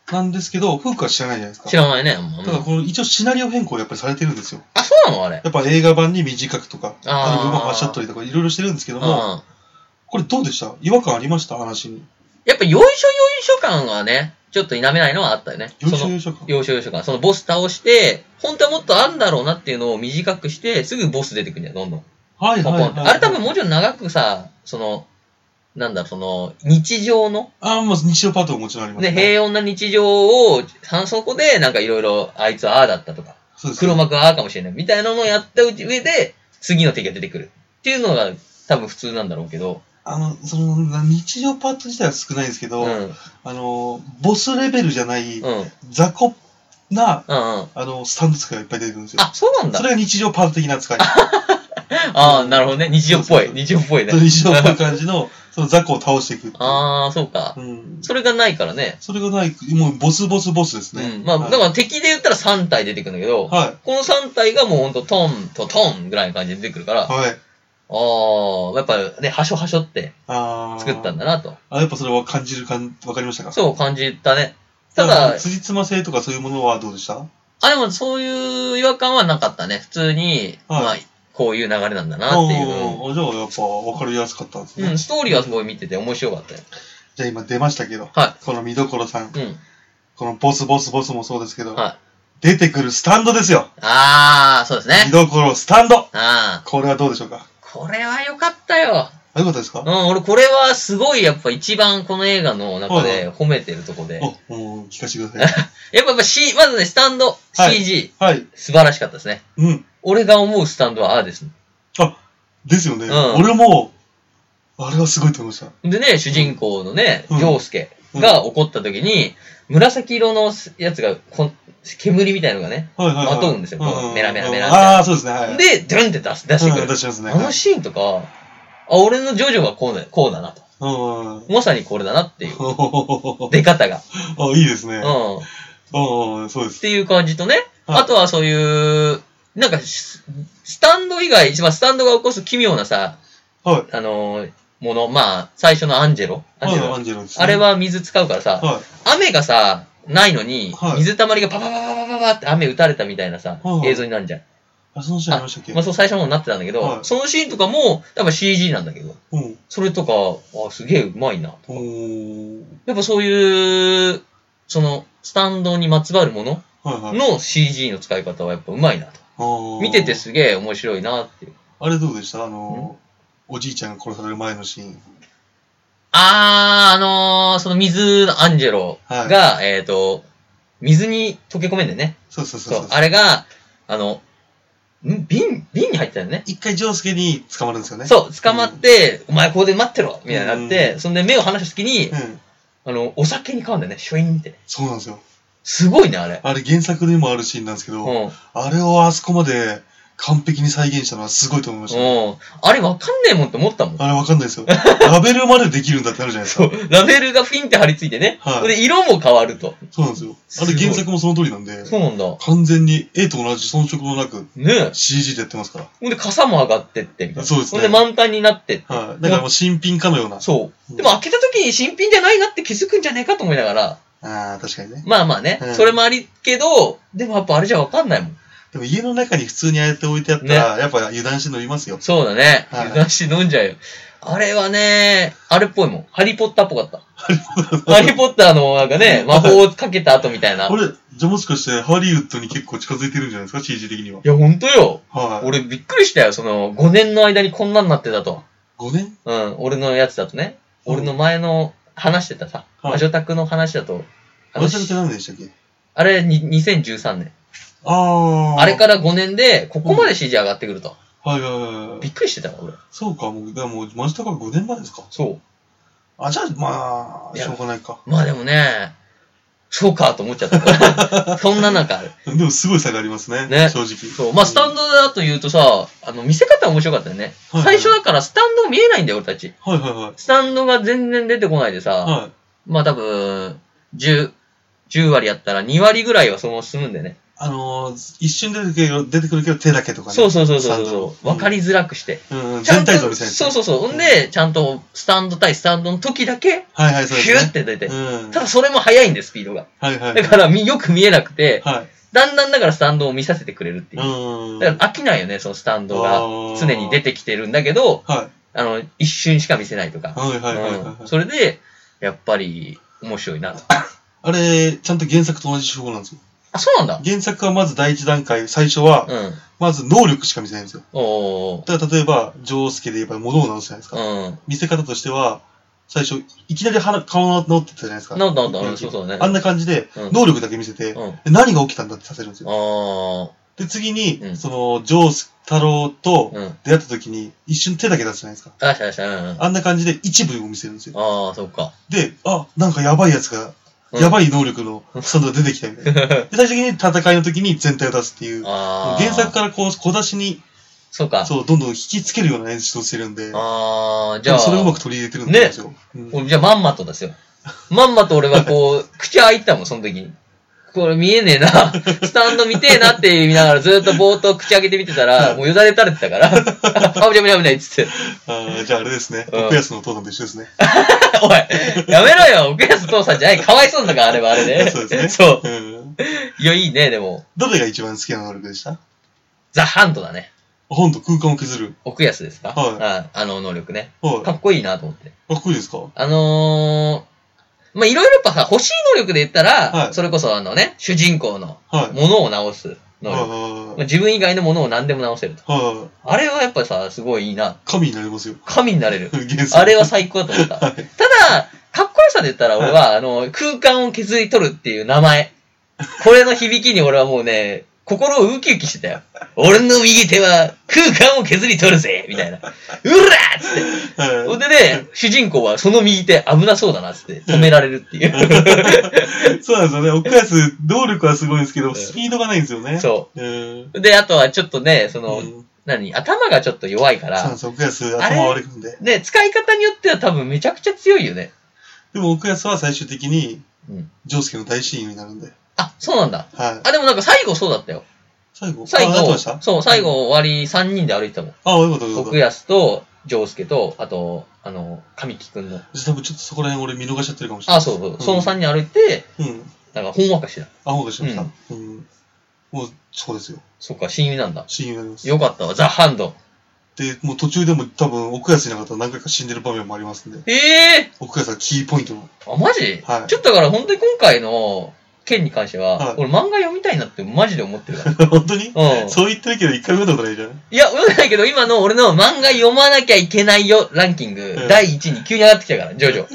[SPEAKER 2] い。
[SPEAKER 3] なんですけど、フークは知らないじゃないですか。
[SPEAKER 2] 知らないね、あんま
[SPEAKER 3] ただ、この一応シナリオ変更をやっぱりされてるんですよ。
[SPEAKER 2] あ、そうなのあれ。
[SPEAKER 3] やっぱ映画版に短くとか、
[SPEAKER 2] あー
[SPEAKER 3] あの、うまくしゃったりとか、いろいろしてるんですけど
[SPEAKER 2] うん。
[SPEAKER 3] も、これどうでした違和感ありました話に。
[SPEAKER 2] やっぱ、よいしょよいしょ感がね、ちょっと否めないのはあったよね。
[SPEAKER 3] よいし
[SPEAKER 2] そ
[SPEAKER 3] ょ
[SPEAKER 2] の
[SPEAKER 3] よいしょ感。
[SPEAKER 2] 要所要所感。そのボス倒して、本当はもっとあんだろうなっていうのを短くして、すぐボス出てくるんだよ、どんどん。
[SPEAKER 3] はい
[SPEAKER 2] ポン
[SPEAKER 3] はい
[SPEAKER 2] ポン
[SPEAKER 3] は
[SPEAKER 2] っ
[SPEAKER 3] い
[SPEAKER 2] て。あれ多分もうちょっと長くさ、その、なんだろう、その、日常の、
[SPEAKER 3] ああ、もう日常パートももちろんあります
[SPEAKER 2] ね、平穏な日常を、反則で、なんかいろいろ、あいつはああだったとか、
[SPEAKER 3] そうですね
[SPEAKER 2] 黒幕はああかもしれない、みたいなのをやったうち上で、次の敵が出てくる。っていうのが、多分普通なんだろうけど、
[SPEAKER 3] あの、その、日常パート自体は少ないんですけ
[SPEAKER 2] うん、
[SPEAKER 3] ど、
[SPEAKER 2] うん、
[SPEAKER 3] あの、ボスレベルじゃない、
[SPEAKER 2] うん、うん。
[SPEAKER 3] 雑魚な、
[SPEAKER 2] あ、
[SPEAKER 3] あの、スタンド使いがいっぱい出てくるんですよ。
[SPEAKER 2] そうなん
[SPEAKER 3] そ
[SPEAKER 2] だ。
[SPEAKER 3] れが日常パート的な使い。
[SPEAKER 2] ああ、なるほどね。日常っぽい。
[SPEAKER 3] そうそうそう
[SPEAKER 2] 日常っぽいね
[SPEAKER 3] そ。の [LAUGHS] 日常っぽい感じの、その雑魚を倒していくってい
[SPEAKER 2] [LAUGHS]
[SPEAKER 3] う。
[SPEAKER 2] ああ、そうか。
[SPEAKER 3] うん。
[SPEAKER 2] それがないからね。
[SPEAKER 3] それがない、もうボスボスボスですね。
[SPEAKER 2] うん。まあ、だから敵で言ったら3体出てくるんだけど、
[SPEAKER 3] はい。
[SPEAKER 2] この3体がもうほんとトンとトンぐらいの感じで出てくるから、あ
[SPEAKER 3] はい。
[SPEAKER 2] あ、やっぱね、はしょはしょって
[SPEAKER 3] ああ。
[SPEAKER 2] 作ったんだなと。
[SPEAKER 3] あ、やっぱそれは感じるかん、わかりましたか
[SPEAKER 2] そう感じたね。た
[SPEAKER 3] た
[SPEAKER 2] だ
[SPEAKER 3] だ、、辻褄性とかそういうものはどうでした
[SPEAKER 2] あ、でもそういう違和感はなかったね。普通に、
[SPEAKER 3] はい
[SPEAKER 2] まあ、こういう流れなんだなっていう。
[SPEAKER 3] ああ、じゃあやっぱわかりやすかったんですね。
[SPEAKER 2] うん、ストーリーはすごい見てて面白かったよ。
[SPEAKER 3] じゃあ今出ましたけど、
[SPEAKER 2] は
[SPEAKER 3] この見どころさ
[SPEAKER 2] い。
[SPEAKER 3] ん、
[SPEAKER 2] うん。
[SPEAKER 3] このボスボスボスもそうですけど、
[SPEAKER 2] はい。
[SPEAKER 3] 出てくるスタンドですよ。
[SPEAKER 2] ああ、そうです
[SPEAKER 3] 見
[SPEAKER 2] ね。
[SPEAKER 3] どころスタンド
[SPEAKER 2] ああ。
[SPEAKER 3] これはどうでしょうか
[SPEAKER 2] これは良かったよ。
[SPEAKER 3] あ、よかったですか、
[SPEAKER 2] うん、俺これはすごいやっぱ一番この映画の中で褒めてるとこで。やっ
[SPEAKER 3] お、もう聞かせてください。
[SPEAKER 2] ぱやっぱ C、まずね、スタンド、
[SPEAKER 3] はい
[SPEAKER 2] CG、
[SPEAKER 3] はい。
[SPEAKER 2] 素晴らしかったですね。
[SPEAKER 3] うん。
[SPEAKER 2] 俺が思うスタンドはああですね。
[SPEAKER 3] あ、ですよね。
[SPEAKER 2] うん
[SPEAKER 3] 俺も、あれはすごいと思いました。
[SPEAKER 2] でね、主人公のね、
[SPEAKER 3] うん
[SPEAKER 2] ジョウスケが怒った時に、紫色のやつがこん、煙みたいのがね、
[SPEAKER 3] はいはい、はい。
[SPEAKER 2] まとうんですよこうメラメラメラ
[SPEAKER 3] うんああ、そうですね。はい。
[SPEAKER 2] で、ドゥンって出す出して
[SPEAKER 3] う
[SPEAKER 2] く
[SPEAKER 3] ん、
[SPEAKER 2] る
[SPEAKER 3] 出。しますね。
[SPEAKER 2] あのシーンとか、あ、俺のジョジョはこうだこうだなと。
[SPEAKER 3] はいうん。 [LAUGHS]
[SPEAKER 2] まさにこれだなっていう、
[SPEAKER 3] お
[SPEAKER 2] 出方が。
[SPEAKER 3] あ、いいですね。
[SPEAKER 2] う。
[SPEAKER 3] うん
[SPEAKER 2] っ
[SPEAKER 3] ん、そうです。
[SPEAKER 2] ていう感じとね、
[SPEAKER 3] はい
[SPEAKER 2] あとはそういう、なんかス、スタンド以外、一番スタンドが起こす奇妙なさ、
[SPEAKER 3] はい。
[SPEAKER 2] あのーもの、まあ、最初のアンジェロ。アンジェロ
[SPEAKER 3] はいアンジェロですね
[SPEAKER 2] あれ、は水使うからさ、
[SPEAKER 3] は
[SPEAKER 2] 雨がさ、ないのに
[SPEAKER 3] は、い
[SPEAKER 2] 水たまりがパパパパパパパって雨打たれたみたいなさ
[SPEAKER 3] は、い
[SPEAKER 2] 映像になるじゃん。
[SPEAKER 3] い。あ、その試合ありましたっけ
[SPEAKER 2] まあそう最初の方になってたんだけ
[SPEAKER 3] は
[SPEAKER 2] ど、
[SPEAKER 3] い
[SPEAKER 2] そのシーンとかも、多分 CG なんだけど、
[SPEAKER 3] うん。
[SPEAKER 2] それとか、あ、すげえうまいな。
[SPEAKER 3] おー。
[SPEAKER 2] やっぱそういう、その、スタンドにまつわるもの
[SPEAKER 3] はいはい。
[SPEAKER 2] の CG の使い方はやっぱうまいなと。
[SPEAKER 3] あー
[SPEAKER 2] 見ててすげえ面白いなっていう。
[SPEAKER 3] あれどうでしたあの、おじいちゃんが殺される前のシーン。
[SPEAKER 2] あー、あのー、その水のアンジェロが、えっ、と、水に溶け込めんだよね。
[SPEAKER 3] そうそうそう
[SPEAKER 2] そ
[SPEAKER 3] そうう。、
[SPEAKER 2] あれが、あの、ん瓶、瓶に入ってたよね。
[SPEAKER 3] 一回、ジョウスケに捕まるんですよね。う。
[SPEAKER 2] そう、捕まって、お前ここで待ってろみたいになって、そんで目を離した時に、
[SPEAKER 3] うん。
[SPEAKER 2] あの、お酒に変わるんだよね、シュインって。
[SPEAKER 3] そうなんですよ。
[SPEAKER 2] すごいね、あれ。
[SPEAKER 3] あれ原作にもあるシーンなんですけ
[SPEAKER 2] う
[SPEAKER 3] ど、
[SPEAKER 2] ん。うん。
[SPEAKER 3] あれをあそこまで完璧に再現したのはすごいと思いました。
[SPEAKER 2] あれわかんねえもんって思
[SPEAKER 3] [LAUGHS]
[SPEAKER 2] ったもん。
[SPEAKER 3] あれわかんないですよ。ラベルまでできるんだってなるじゃないです
[SPEAKER 2] そ
[SPEAKER 3] か。
[SPEAKER 2] う、ラベルがフィンって貼り付いてね。
[SPEAKER 3] はい
[SPEAKER 2] それで色も変わると。
[SPEAKER 3] そうなんですよ。
[SPEAKER 2] す
[SPEAKER 3] あ
[SPEAKER 2] ごい
[SPEAKER 3] れ原作もその通りなんで、
[SPEAKER 2] そうなんだ。
[SPEAKER 3] 完全に絵と同じ遜色のなく
[SPEAKER 2] ねえ。
[SPEAKER 3] CG でやってますから。
[SPEAKER 2] ほんで、傘も上がってって、みたいな。
[SPEAKER 3] そうです
[SPEAKER 2] ほ
[SPEAKER 3] ね
[SPEAKER 2] んで、満タンになってって。
[SPEAKER 3] はい。だからもう新品かのような。
[SPEAKER 2] そう。
[SPEAKER 3] うん
[SPEAKER 2] でも、開けた時に新品じゃないなって気づくんじゃねえかと思いながら。
[SPEAKER 3] ああ、確かにね。
[SPEAKER 2] まあまあね。
[SPEAKER 3] うん
[SPEAKER 2] それもありけど、でもやっぱあれじゃわかんないもん。
[SPEAKER 3] でも家の中に普通にああやって置いてあったら、やっぱ油断して乗りますよ。
[SPEAKER 2] そうだね。
[SPEAKER 3] はい
[SPEAKER 2] 油断して飲んじゃうよ。あれはね、あれっぽいもん。ハリーポッターっぽかった。ハリーポッターのなんかね、魔法をかけた後みたいな。
[SPEAKER 3] こ
[SPEAKER 2] い
[SPEAKER 3] れ、じゃあもしかしてハリウッドに結構近づいてるんじゃないですか、CG 的には。
[SPEAKER 2] や、ほんとよ。
[SPEAKER 3] はい。
[SPEAKER 2] 俺びっくりしたよ。その、5年の間にこんなんなってたと。
[SPEAKER 3] 5年
[SPEAKER 2] うん、俺のやつだとね。
[SPEAKER 3] うん
[SPEAKER 2] 俺の前の話してたさ、
[SPEAKER 3] はい
[SPEAKER 2] 魔女宅の話だと、あの
[SPEAKER 3] 私って何年でしたっけ
[SPEAKER 2] あれに2013年。
[SPEAKER 3] ああ。
[SPEAKER 2] あれから5年で、ここまで CG 上がってくると。
[SPEAKER 3] はいはいはいはい
[SPEAKER 2] び。っくりしてたわ、俺。
[SPEAKER 3] そうか、もう、でも、マジタから5年前ですか。
[SPEAKER 2] そ
[SPEAKER 3] あ、じゃあ、まあ、
[SPEAKER 2] いや
[SPEAKER 3] しょうがないか。
[SPEAKER 2] う。まあでもね、そうかと思っちゃった。
[SPEAKER 3] [LAUGHS]
[SPEAKER 2] そんな中、
[SPEAKER 3] でも、すごい差がありますね。
[SPEAKER 2] ね
[SPEAKER 3] 正直。
[SPEAKER 2] そう。まあスタンドだと言うとさ、あの、見せ方面白かったよね。
[SPEAKER 3] はい
[SPEAKER 2] 最初だからスタンド見えないんだよ、俺たち。
[SPEAKER 3] はいはいはい。
[SPEAKER 2] スタンドが全然出てこないでさ、
[SPEAKER 3] はい。
[SPEAKER 2] まあ多分、10、10割やったら2割ぐらいはそのまま進むんだよね。
[SPEAKER 3] あのー、一瞬出てくるけど、出てくるけど手だけとかね。
[SPEAKER 2] そうそうそうそう
[SPEAKER 3] スタンド
[SPEAKER 2] そ
[SPEAKER 3] の
[SPEAKER 2] う。わかりづらくして。
[SPEAKER 3] うんうん、
[SPEAKER 2] ちゃん
[SPEAKER 3] 全
[SPEAKER 2] と
[SPEAKER 3] 体像みたいな。
[SPEAKER 2] そうそうそう。ほんで、ちゃんとスタンド対スタンドの時だけ、
[SPEAKER 3] はいはい、そうで
[SPEAKER 2] ヒ
[SPEAKER 3] すね。
[SPEAKER 2] ューって出て
[SPEAKER 3] う。ん。
[SPEAKER 2] ただそれも速いんで、スピードが。
[SPEAKER 3] はいはい。
[SPEAKER 2] [LAUGHS] だからみよく見えなくて、
[SPEAKER 3] はい。
[SPEAKER 2] だんだんだからスタンドを見させてくれるっていう。
[SPEAKER 3] うん。
[SPEAKER 2] だから飽きないよね、そのスタンド
[SPEAKER 3] あ
[SPEAKER 2] が
[SPEAKER 3] ー
[SPEAKER 2] 常に出てきてるんだけど、
[SPEAKER 3] はい。
[SPEAKER 2] あの、一瞬しか見せないとか。
[SPEAKER 3] はいはいはいはいはい
[SPEAKER 2] うんそれで、やっぱり面白いなと。
[SPEAKER 3] あれ、ちゃんと原作と同じ手法なんですよ。
[SPEAKER 2] あ、そうなんだ。
[SPEAKER 3] 原作はまず第一段階、最初は、
[SPEAKER 2] うん。
[SPEAKER 3] まず能力しか見せないんですよ。
[SPEAKER 2] おー。
[SPEAKER 3] だから例えば、女王助で言えば、物を直すじゃないですか。
[SPEAKER 2] うん。
[SPEAKER 3] 見せ方としては、最初、いきなり鼻顔が直ってたじゃないですか。
[SPEAKER 2] なんだなんだ、
[SPEAKER 3] うん
[SPEAKER 2] うんそうそうね。
[SPEAKER 3] あんな感じで、
[SPEAKER 2] うん
[SPEAKER 3] 能力だけ見せて、
[SPEAKER 2] うん。あ
[SPEAKER 3] え何が起きたんだってさせるんですよ。
[SPEAKER 2] ー。
[SPEAKER 3] で、次に、
[SPEAKER 2] うん
[SPEAKER 3] その、ジョース太郎と
[SPEAKER 2] うん。
[SPEAKER 3] 出会った時に、一瞬手だけ出すじゃないですか。
[SPEAKER 2] あしたあした。うんうん。あ
[SPEAKER 3] あんな感じで一部を見せるんですよ。
[SPEAKER 2] ー、そっか。
[SPEAKER 3] で、あ、なんかやばいやつが、
[SPEAKER 2] うん
[SPEAKER 3] やばい能力のスタンドが出てきたみ
[SPEAKER 2] [LAUGHS]
[SPEAKER 3] たいな。で、最終的に戦いの時に全体を出すっていう、
[SPEAKER 2] あー。
[SPEAKER 3] 原作からこう、小出しに、
[SPEAKER 2] そうか。
[SPEAKER 3] そう、どんどん引きつけるような演出をしてるんで、
[SPEAKER 2] あー、じゃあ。
[SPEAKER 3] それをうまく取り入れてるんですよ。うん
[SPEAKER 2] 俺じゃあまんまとですよ。まんまと俺はこう、 [LAUGHS] 口開いてたもん、その時に。これ見えねえな。スタンド見てえなって言いながらずっとぼーっと口開けて見てたら、もうよだれ垂れてたから、 [LAUGHS] あ、危ない危ない危ないっつって。
[SPEAKER 3] あーじゃああれですね、
[SPEAKER 2] うん
[SPEAKER 3] 奥安のお父さんと一緒ですね。
[SPEAKER 2] おい、やめろよ、奥安父さんじゃない。かわいそうだから、あれはあれで。
[SPEAKER 3] [LAUGHS] そうです
[SPEAKER 2] [LAUGHS]
[SPEAKER 3] ね。
[SPEAKER 2] そう。
[SPEAKER 3] うん。
[SPEAKER 2] いや、いいね、でも。
[SPEAKER 3] どれが一番好きな能力でした
[SPEAKER 2] ザ・ハンドだね。
[SPEAKER 3] 本と空間を削る。
[SPEAKER 2] 奥安ですか
[SPEAKER 3] はい
[SPEAKER 2] ああの能力ね。
[SPEAKER 3] はい。
[SPEAKER 2] か
[SPEAKER 3] かっ
[SPEAKER 2] っこいいなと思って。
[SPEAKER 3] こいいですか
[SPEAKER 2] あのー、まあ、いろいろやっぱさ、欲しい能力で言ったら、
[SPEAKER 3] はい
[SPEAKER 2] それこそあのね、主人公の
[SPEAKER 3] はい。
[SPEAKER 2] ものを直す能力。まあ
[SPEAKER 3] はい。
[SPEAKER 2] 自分以外のものを何でも直せると。
[SPEAKER 3] はい。
[SPEAKER 2] あれはやっぱさ、すごいいいな。
[SPEAKER 3] 神になりますよ。。
[SPEAKER 2] 神になれる
[SPEAKER 3] [LAUGHS] 原作。
[SPEAKER 2] あれは最高だと思った。
[SPEAKER 3] は
[SPEAKER 2] た
[SPEAKER 3] い
[SPEAKER 2] だ、かっこよさで言ったら俺は、あの、空間を削り取るっていう名前。これの響きに俺はもうね、心をウキウキしてたよ。俺の右手は空間を削り取るぜみたいな。うらーっつって。ほ
[SPEAKER 3] は
[SPEAKER 2] んでね、主人公はその右手危なそうだなっつって止められるって
[SPEAKER 3] [LAUGHS]
[SPEAKER 2] いう。
[SPEAKER 3] い。そうなんですよね。奥安、能力はすごいんですけど、
[SPEAKER 2] ん
[SPEAKER 3] スピードがないんですよね。
[SPEAKER 2] そ
[SPEAKER 3] うん。
[SPEAKER 2] う。で、あとはちょっとね、その、
[SPEAKER 3] うん
[SPEAKER 2] 何頭がちょっと弱いか
[SPEAKER 3] そうなん
[SPEAKER 2] ら
[SPEAKER 3] で、すよ奥安、
[SPEAKER 2] あれ
[SPEAKER 3] 頭悪くんで。
[SPEAKER 2] ね、使い方によっては多分めちゃくちゃ強いよね。
[SPEAKER 3] でも奥安は最終的に、
[SPEAKER 2] うん。
[SPEAKER 3] ジョースケの大親友になるんで。
[SPEAKER 2] あ、そうなんだ。
[SPEAKER 3] はい。
[SPEAKER 2] あ、でもなんか最後そうだったよ。
[SPEAKER 3] 最後。
[SPEAKER 2] 最
[SPEAKER 3] あ、なって
[SPEAKER 2] 後
[SPEAKER 3] ました、
[SPEAKER 2] そう、最。後終わり3人で歩いてたもん。
[SPEAKER 3] あ、よかったよかった。
[SPEAKER 2] 奥安と、丈介と、あと、あの、神木くんの。
[SPEAKER 3] 多分ちょっとそこら辺俺見逃しちゃってるかもしれない。
[SPEAKER 2] あ、そうそう、
[SPEAKER 3] ん
[SPEAKER 2] その3人歩いて、
[SPEAKER 3] うん。
[SPEAKER 2] なんかほんわかしてた。
[SPEAKER 3] アホがしました。うん。もう、そうですよ。
[SPEAKER 2] そっか、親友なんだ。
[SPEAKER 3] 親友になります。
[SPEAKER 2] よかったわ、ザ・ハンド。
[SPEAKER 3] で、もう途中でも多分、奥安いなかったら何回か死んでる場面もありますんで、
[SPEAKER 2] ええ
[SPEAKER 3] 奥安はキーポイントの。
[SPEAKER 2] ー、あ、マジ、
[SPEAKER 3] はい
[SPEAKER 2] ちょっとだから本当に今回の件に関しては、
[SPEAKER 3] はい
[SPEAKER 2] 俺漫画読みたいなってマジで思ってるから。
[SPEAKER 3] [LAUGHS] 本当に
[SPEAKER 2] うん。
[SPEAKER 3] そう言ってるけど、一回も読んだことないじゃん。
[SPEAKER 2] [LAUGHS] いや、読んでないけど、今の俺の漫画読まなきゃいけないよ、ランキング
[SPEAKER 3] う、ん
[SPEAKER 2] 第1位に急に上がってきたから、ジョジョ。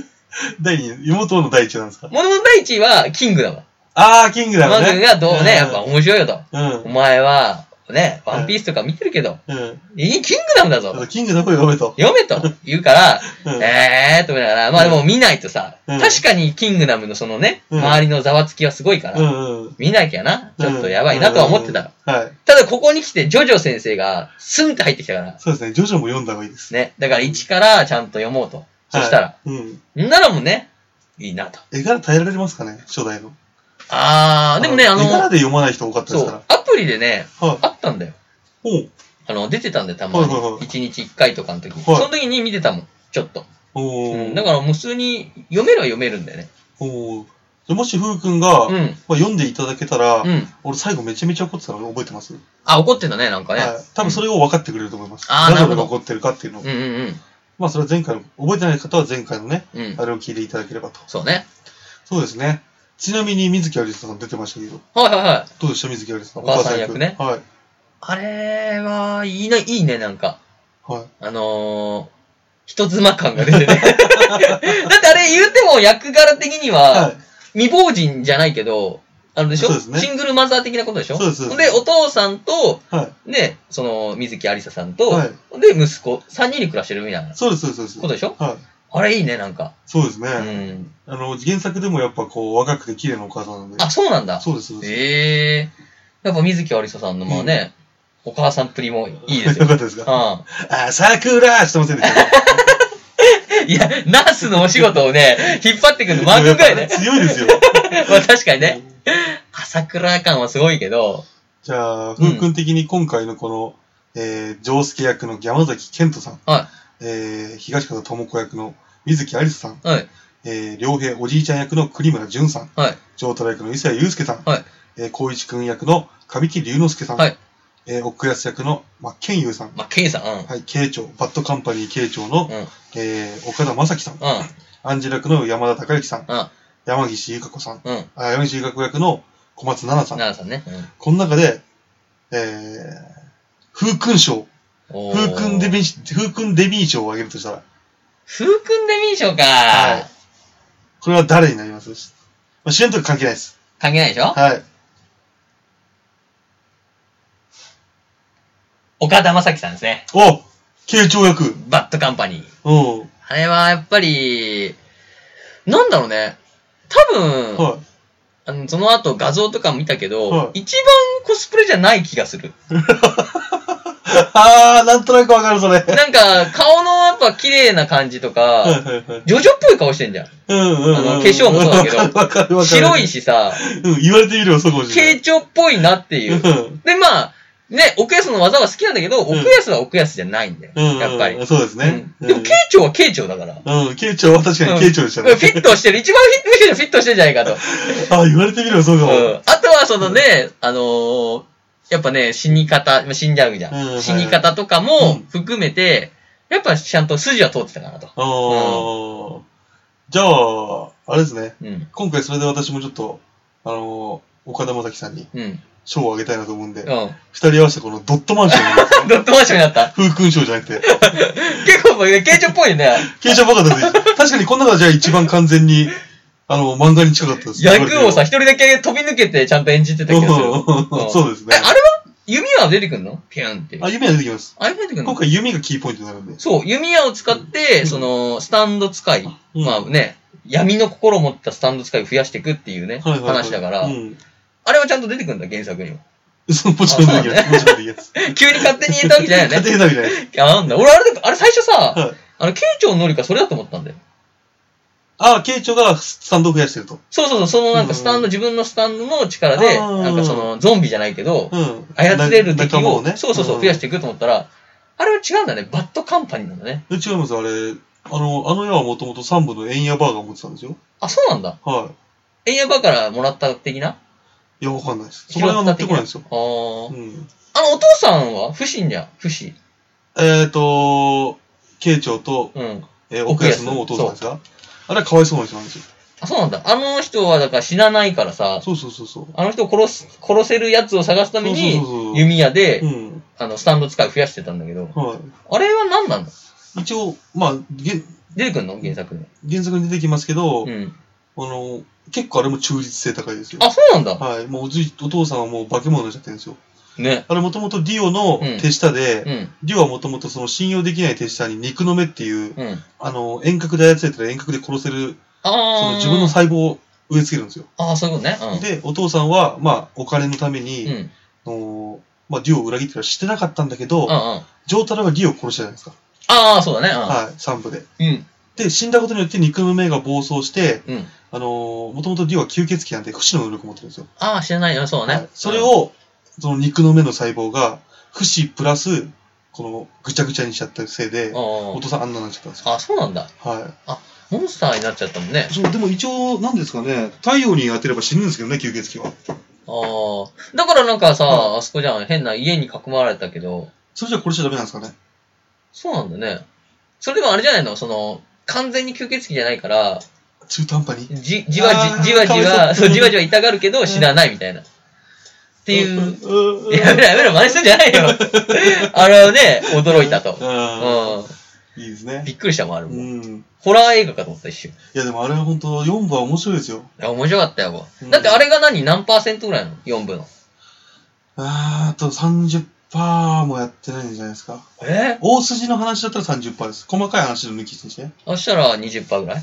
[SPEAKER 3] 第2、妹の第一なんですか
[SPEAKER 2] もともと第1位は、キングだわ。
[SPEAKER 3] あー、キングダ
[SPEAKER 2] マ
[SPEAKER 3] ム
[SPEAKER 2] ン君
[SPEAKER 3] ね。
[SPEAKER 2] がどうね、やっぱ面白いよと。お
[SPEAKER 3] う
[SPEAKER 2] 前は、ね、ワンピースとか見てるけど、
[SPEAKER 3] ん。うん。
[SPEAKER 2] いいキングダムだぞ
[SPEAKER 3] あと
[SPEAKER 2] と。
[SPEAKER 3] キングダムを読めと。
[SPEAKER 2] 読めと言うから、
[SPEAKER 3] うん。
[SPEAKER 2] えーっと思いながら、まあでも見ないとさ、
[SPEAKER 3] うん
[SPEAKER 2] 確かにキングダムのそのね、
[SPEAKER 3] うん
[SPEAKER 2] 周りのざわつきはすごいか
[SPEAKER 3] う
[SPEAKER 2] ら、
[SPEAKER 3] んうん。
[SPEAKER 2] 見なきゃな、ちょっとやばいなとは思ってた。
[SPEAKER 3] うん。はい。
[SPEAKER 2] ただここに来て、ジョジョ先生がスンって入ってきたから、
[SPEAKER 3] そうですね、ジョジョも読んだ方がいいです。
[SPEAKER 2] ね、だから1からちゃんと読もうと。そしたら、
[SPEAKER 3] はい。うん。
[SPEAKER 2] んならもうね、いいなと。
[SPEAKER 3] 絵柄耐えられますかね初代の。
[SPEAKER 2] あー、でもね、あ
[SPEAKER 3] 絵柄
[SPEAKER 2] の、
[SPEAKER 3] で読まない人多かったで
[SPEAKER 2] そ
[SPEAKER 3] すか
[SPEAKER 2] う、アプリでね、
[SPEAKER 3] ら。はい。
[SPEAKER 2] あったんだよ。
[SPEAKER 3] おう
[SPEAKER 2] あの、出てたんで、たまに。
[SPEAKER 3] はいはいはい
[SPEAKER 2] 1日1回とかの時に。
[SPEAKER 3] はい
[SPEAKER 2] その時に見てたもん、ちょっと。
[SPEAKER 3] お
[SPEAKER 2] う
[SPEAKER 3] ー
[SPEAKER 2] ん、だからもう普通に読めるは読めるんだよね。
[SPEAKER 3] おーじゃあもし、ふうくんが、
[SPEAKER 2] う
[SPEAKER 3] まあ
[SPEAKER 2] ん。
[SPEAKER 3] 読んでいただけたら
[SPEAKER 2] う、ん。
[SPEAKER 3] 俺最後めちゃめちゃ怒ってたの覚えてます
[SPEAKER 2] あ、怒ってたね、なんかね。
[SPEAKER 3] はい、多分それを分かってくれると思います。
[SPEAKER 2] あーなるほど
[SPEAKER 3] が怒ってるかっていうのを。
[SPEAKER 2] うんうん
[SPEAKER 3] まあそれは前回の、覚えてない方は前回のね、
[SPEAKER 2] うん。うん。
[SPEAKER 3] あれを聞いていただければと。
[SPEAKER 2] そうね。
[SPEAKER 3] そうですね。ちなみに水木有沙さん出てましたけど、
[SPEAKER 2] はいはいはい。
[SPEAKER 3] どうでした水木有沙さん。
[SPEAKER 2] お母さん役ね
[SPEAKER 3] はい。
[SPEAKER 2] あれは、いいな、いいね、なんか。
[SPEAKER 3] はい。
[SPEAKER 2] あのー、人妻感が出て
[SPEAKER 3] [LAUGHS]
[SPEAKER 2] ね。だってあれ言うても役柄的に
[SPEAKER 3] は
[SPEAKER 2] は、
[SPEAKER 3] い。
[SPEAKER 2] 未亡人じゃないけど、あのでしょ
[SPEAKER 3] そうですね
[SPEAKER 2] シングルマザー的なことでしょ
[SPEAKER 3] そうですそう
[SPEAKER 2] で
[SPEAKER 3] で
[SPEAKER 2] すお父さんと、
[SPEAKER 3] はい。
[SPEAKER 2] ね、その、水木有沙さんと、
[SPEAKER 3] はい
[SPEAKER 2] で、息子、3人で暮らしてるみたいな
[SPEAKER 3] そうです、そうです、そ
[SPEAKER 2] こ
[SPEAKER 3] う
[SPEAKER 2] と
[SPEAKER 3] です。
[SPEAKER 2] でしょ
[SPEAKER 3] はい。
[SPEAKER 2] あれいいね、なんか。
[SPEAKER 3] そうですね。
[SPEAKER 2] うん。
[SPEAKER 3] あの、原作でもやっぱこう、若くて綺麗なお母さんなんで。
[SPEAKER 2] あ、そうなんだ。
[SPEAKER 3] そうです、そうです。
[SPEAKER 2] ええやっぱ水木有沙さんの、まあね、お母さんっぷりもいい
[SPEAKER 3] [LAUGHS]
[SPEAKER 2] ですよ。
[SPEAKER 3] よ
[SPEAKER 2] う
[SPEAKER 3] かったですか。
[SPEAKER 2] ん。
[SPEAKER 3] あ、桜してませんでしたね。
[SPEAKER 2] い [LAUGHS] や、ナースのお仕事をね、引っ張ってくるの、マー君ぐらいね。 [LAUGHS]
[SPEAKER 3] 強いですよ。
[SPEAKER 2] まあ確かにね。朝倉感はすごいけど、
[SPEAKER 3] じゃあ、ふんくん的に今回のこの、えー、丈介役の山崎賢人さん、
[SPEAKER 2] は
[SPEAKER 3] えー、東方智子役の水木有沙さん、
[SPEAKER 2] い、はい、
[SPEAKER 3] えー、良平おじいちゃん役の栗村淳さん、
[SPEAKER 2] はい、
[SPEAKER 3] 丈太郎役の伊勢谷友介さん、
[SPEAKER 2] はい
[SPEAKER 3] えー、光一くん役の神木隆之介さん、
[SPEAKER 2] はい
[SPEAKER 3] えー、奥安役の真剣佑さん、
[SPEAKER 2] まあ、ケイさん、うん、うん、
[SPEAKER 3] はい、慶長、バッドカンパニー慶長の、
[SPEAKER 2] うん、
[SPEAKER 3] えー、岡田将生さん、アンジェラ役の山田孝之さん、
[SPEAKER 2] うん
[SPEAKER 3] 山岸優香子さん、
[SPEAKER 2] うん、
[SPEAKER 3] あ山岸優香子役の小松菜奈さん、
[SPEAKER 2] 奈良さんね。うん
[SPEAKER 3] この中で、えー、風君賞、
[SPEAKER 2] おー
[SPEAKER 3] 風君デビン、風君デビン賞をあげるとしたら、
[SPEAKER 2] 風君デミー賞か、
[SPEAKER 3] はいこれは誰になりますまあ主演とか関係ないです。
[SPEAKER 2] 関係ないでしょ、
[SPEAKER 3] はい。
[SPEAKER 2] 岡田将生さんですね。
[SPEAKER 3] お慶長役。
[SPEAKER 2] バッドカンパニー。
[SPEAKER 3] うん。
[SPEAKER 2] あれはやっぱり、なんだろうね。多分、 [LAUGHS]
[SPEAKER 3] は
[SPEAKER 2] あのその後画像とか見たけど、
[SPEAKER 3] はい
[SPEAKER 2] 一番コスプレじゃない気がする。
[SPEAKER 3] い。あー、なんとなくわかる、それ。はい
[SPEAKER 2] なんか、顔のやっぱ綺麗な感じと
[SPEAKER 3] はい
[SPEAKER 2] か、
[SPEAKER 3] はい。
[SPEAKER 2] ジョジョっぽい顔してんじゃん。
[SPEAKER 3] うんうんうん。
[SPEAKER 2] あの化粧もそうだけど
[SPEAKER 3] わかるわかるわかる。
[SPEAKER 2] 白い。しさ、
[SPEAKER 3] うん、言われてみればそうかもしれな
[SPEAKER 2] 傾
[SPEAKER 3] い。
[SPEAKER 2] 聴っぽいなっていう。
[SPEAKER 3] うん
[SPEAKER 2] で、まあ、ね、奥安の技は好きなんだけど、奥安は奥安じゃないんだよ。
[SPEAKER 3] うんうん。
[SPEAKER 2] やっぱり。
[SPEAKER 3] そうですね。
[SPEAKER 2] うんでも、慶長は慶長だから。
[SPEAKER 3] うん、うん慶長は確かに慶長でしたね
[SPEAKER 2] うん。フィットしてる。一番フィットフィットしてるじゃないかと。うん。
[SPEAKER 3] あ、言われてみればそうかも。
[SPEAKER 2] あとは、そのね、あのーやっぱね、死に方、まあ死んじゃうじゃ。
[SPEAKER 3] うんん
[SPEAKER 2] 死に方とか
[SPEAKER 3] は
[SPEAKER 2] も
[SPEAKER 3] い
[SPEAKER 2] 含めて、やっぱちゃんと筋は通ってたかなと。
[SPEAKER 3] ああ。じゃあ、あれですね。
[SPEAKER 2] うん。
[SPEAKER 3] 今回それで私もちょっと、あのー、岡田将生さんに
[SPEAKER 2] うん。うん。
[SPEAKER 3] 賞をあげたいなと思うんで、
[SPEAKER 2] ド
[SPEAKER 3] 二人合わせてこのドットマンションに、
[SPEAKER 2] ットマンションにな
[SPEAKER 3] [LAUGHS]
[SPEAKER 2] った。
[SPEAKER 3] 風君賞じゃなくて、
[SPEAKER 2] 結構、慶長っぽいね。
[SPEAKER 3] 傾斜ばか
[SPEAKER 2] [LAUGHS]
[SPEAKER 3] ったです。確かにこの中じゃあ一番完全に、あの、漫画に近かったです。
[SPEAKER 2] 役をさ、一人だけ飛び抜けてちゃんと演じてた気がする。
[SPEAKER 3] うん [LAUGHS] そうですね
[SPEAKER 2] え、あれは弓矢は出てくんのピュンって。
[SPEAKER 3] あ、弓矢出てきます。
[SPEAKER 2] あれ出てくん
[SPEAKER 3] 今
[SPEAKER 2] の
[SPEAKER 3] 回弓がキーポイントになるんで。
[SPEAKER 2] そう、弓矢を使って、その、スタンド使い、
[SPEAKER 3] うん
[SPEAKER 2] まあね、闇の心を持ったスタンド使いを増やしていくっていうね、
[SPEAKER 3] はいはいはい
[SPEAKER 2] 話だから、
[SPEAKER 3] うん。
[SPEAKER 2] あれはちゃんと出てくるんだ、原作にも。 [LAUGHS]
[SPEAKER 3] そう、もちろん出てきます。もちろん出てきます。
[SPEAKER 2] 急に勝手に言えたわけじゃないよ
[SPEAKER 3] [LAUGHS] 勝手
[SPEAKER 2] ね。
[SPEAKER 3] になるじゃないです。
[SPEAKER 2] あ、なんだ。俺、あれだ、あれ最初さ、
[SPEAKER 3] はい。
[SPEAKER 2] あの、慶長のりかそれだと思ったんだよ。
[SPEAKER 3] あ、慶長がスタンドを増やしてると。
[SPEAKER 2] そうそうそう、そのなんかスタンド、
[SPEAKER 3] うん
[SPEAKER 2] 自分のスタンドの力で、
[SPEAKER 3] あー
[SPEAKER 2] なんかその、ゾンビじゃないけど、
[SPEAKER 3] うん。
[SPEAKER 2] 操れる敵
[SPEAKER 3] 仲間。
[SPEAKER 2] を、そうそうそう、増やしてていくと思ったら、あれは違うんだね。バッドカンパニーなんだね。
[SPEAKER 3] うんえ違います、あれ。あの、あの矢はもともと3部の円矢バーガー持ってたんですよ。
[SPEAKER 2] あ、そうなんだ。
[SPEAKER 3] は。
[SPEAKER 2] エンヤバーからもらった的ない
[SPEAKER 3] いや、わかんないです。そこら辺は乗ってこないんですよ。
[SPEAKER 2] あー
[SPEAKER 3] うん。
[SPEAKER 2] あの、お父さんは不審じゃん。不審。
[SPEAKER 3] えっと、慶長と
[SPEAKER 2] うん。
[SPEAKER 3] えー、奥安のお父さんですかあれはかわいそうな人なんですよ。
[SPEAKER 2] あ、そうなんだ。あの人は、だから死なないからさ、
[SPEAKER 3] そうそうそうそう。
[SPEAKER 2] あの人を殺す、殺せるやつを探すため
[SPEAKER 3] そ
[SPEAKER 2] に
[SPEAKER 3] うそうそうそ、う
[SPEAKER 2] 弓矢で、
[SPEAKER 3] うん。
[SPEAKER 2] あの、スタンド使い増やしてたんだけど、
[SPEAKER 3] は
[SPEAKER 2] あれは何なんだ
[SPEAKER 3] い。一応、まあ、げ
[SPEAKER 2] 出てくんの原作に。
[SPEAKER 3] 原作に出てきますけど、
[SPEAKER 2] う
[SPEAKER 3] あ
[SPEAKER 2] ん。
[SPEAKER 3] の、結構あれも忠実性高いですよ。
[SPEAKER 2] あ、そうなんだ。
[SPEAKER 3] はい。もうおじい、お父さんはもう化け物になっちゃってるんですよ。
[SPEAKER 2] ね。
[SPEAKER 3] あれもともとディオの
[SPEAKER 2] うん
[SPEAKER 3] 手下で、
[SPEAKER 2] うん。
[SPEAKER 3] ディオはもともとその信用できない手下に肉の目っていう、
[SPEAKER 2] うん。
[SPEAKER 3] あの、遠隔で操れたら遠隔で殺せる、そ
[SPEAKER 2] あ
[SPEAKER 3] の
[SPEAKER 2] あ。
[SPEAKER 3] 自分の細胞を植え付けるんですよ。
[SPEAKER 2] ああ、そういうことね。
[SPEAKER 3] で、お父さんは、まあ、お金のため
[SPEAKER 2] うん。うん。
[SPEAKER 3] に、
[SPEAKER 2] うん。
[SPEAKER 3] あのまあ、ディオを裏切ってたらしてなかったんだけど、
[SPEAKER 2] あ
[SPEAKER 3] ジョータラがリオを殺したじゃないですか。
[SPEAKER 2] あー、そうだね。
[SPEAKER 3] はい、3部で。
[SPEAKER 2] うん。
[SPEAKER 3] で、死んだことによって肉の目が暴走して、
[SPEAKER 2] うん。うん。
[SPEAKER 3] あのー、もともとリオは吸血鬼なんで、不死の能力を持ってるんですよ。
[SPEAKER 2] ああ、知らないよ。そう
[SPEAKER 3] は
[SPEAKER 2] ね
[SPEAKER 3] い。それを、その肉の目の細胞が、不死プラス、この、ぐちゃぐちゃにしちゃったせいで
[SPEAKER 2] うん、、あ
[SPEAKER 3] お父さんあんなになっちゃったんですよ。
[SPEAKER 2] あ。あ、そうなんだ。
[SPEAKER 3] は
[SPEAKER 2] モンスターになっちゃったもんね
[SPEAKER 3] い。。そう、でも一応、なんですかね、太陽に当てれば死ぬんですけどね、吸血鬼は。
[SPEAKER 2] ああ。だからなんかさ、
[SPEAKER 3] う
[SPEAKER 2] あそこじゃん、変な家に囲まれたけど、
[SPEAKER 3] それじゃ殺しちゃダメなんですかね。
[SPEAKER 2] そうなんだね。それでもあれじゃないのその、完全に吸血鬼じゃないから、
[SPEAKER 3] 中途半端に。
[SPEAKER 2] じ、じわ
[SPEAKER 3] あー
[SPEAKER 2] じ、じわじ
[SPEAKER 3] かわ
[SPEAKER 2] わ、
[SPEAKER 3] い
[SPEAKER 2] そ、
[SPEAKER 3] そうう
[SPEAKER 2] じわじわ痛がるけど
[SPEAKER 3] ん
[SPEAKER 2] 死なないみたいな。っていう。
[SPEAKER 3] うん。うん
[SPEAKER 2] [LAUGHS] やめろやめろ、真似すんじゃないよ。
[SPEAKER 3] [LAUGHS]
[SPEAKER 2] あれはね、驚いたと。
[SPEAKER 3] うん。
[SPEAKER 2] う
[SPEAKER 3] いいです
[SPEAKER 2] ん。
[SPEAKER 3] ね。
[SPEAKER 2] びっくりしたもんある
[SPEAKER 3] う
[SPEAKER 2] もん。
[SPEAKER 3] ん。
[SPEAKER 2] ホラー映画かと思った一瞬。い
[SPEAKER 3] いや、でもあれは本当4部は面白いですよ。
[SPEAKER 2] や、面白かったよ、もう
[SPEAKER 3] うん
[SPEAKER 2] だってあれが何何パーセントぐらいなの ?4 部の。
[SPEAKER 3] あーあと30%もやってないんじゃないですか。
[SPEAKER 2] え
[SPEAKER 3] 大筋の話だったら30%です。細かい話の抜きにしてね。
[SPEAKER 2] そしたら20%ぐらい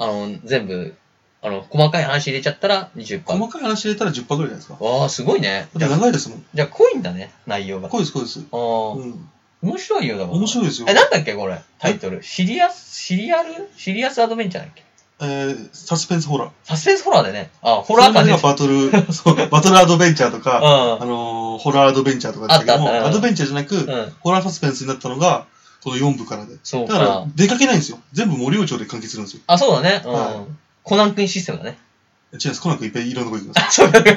[SPEAKER 2] あの、全部、あの、細かい話入れちゃったら20%。
[SPEAKER 3] 細かい話入れたら10%ぐらいじゃないですか。
[SPEAKER 2] わあ、すごいね。じ
[SPEAKER 3] だ
[SPEAKER 2] ゃ
[SPEAKER 3] って
[SPEAKER 2] あ、
[SPEAKER 3] 長いですもん。
[SPEAKER 2] じゃあ濃いんだね、内容が。あ
[SPEAKER 3] こうです、こうです。
[SPEAKER 2] あ
[SPEAKER 3] う
[SPEAKER 2] ー、
[SPEAKER 3] ん。
[SPEAKER 2] 面白いよ、だから。
[SPEAKER 3] 面白いですよ
[SPEAKER 2] え、。なんだっけ、これ。タイトル。シリアス、シリアルシリアスアドベンチャーだっけ
[SPEAKER 3] えー、サスペンスホラー。
[SPEAKER 2] サスペンスホラーでね。あ、ホラー感
[SPEAKER 3] それ
[SPEAKER 2] で
[SPEAKER 3] ま。ではバト
[SPEAKER 2] [LAUGHS]
[SPEAKER 3] ル、そう、バトルアドベンチャーとか、あ
[SPEAKER 2] う
[SPEAKER 3] のーホラーアドベンチャーとかだったけども、
[SPEAKER 2] あったあったうん
[SPEAKER 3] アドベンチャーじゃなく、
[SPEAKER 2] ん。うん。
[SPEAKER 3] ホラーサスペンスになったのが、この4部からで。
[SPEAKER 2] そう
[SPEAKER 3] だから
[SPEAKER 2] か、。
[SPEAKER 3] 出かけないんですよ。全部森尾町で完結するんですよ。
[SPEAKER 2] あ、そうだね。
[SPEAKER 3] は
[SPEAKER 2] うん。コナン君システムだね。
[SPEAKER 3] 違う、少なくいっぱいいろんなこと言ってます。
[SPEAKER 2] [LAUGHS] そうだね。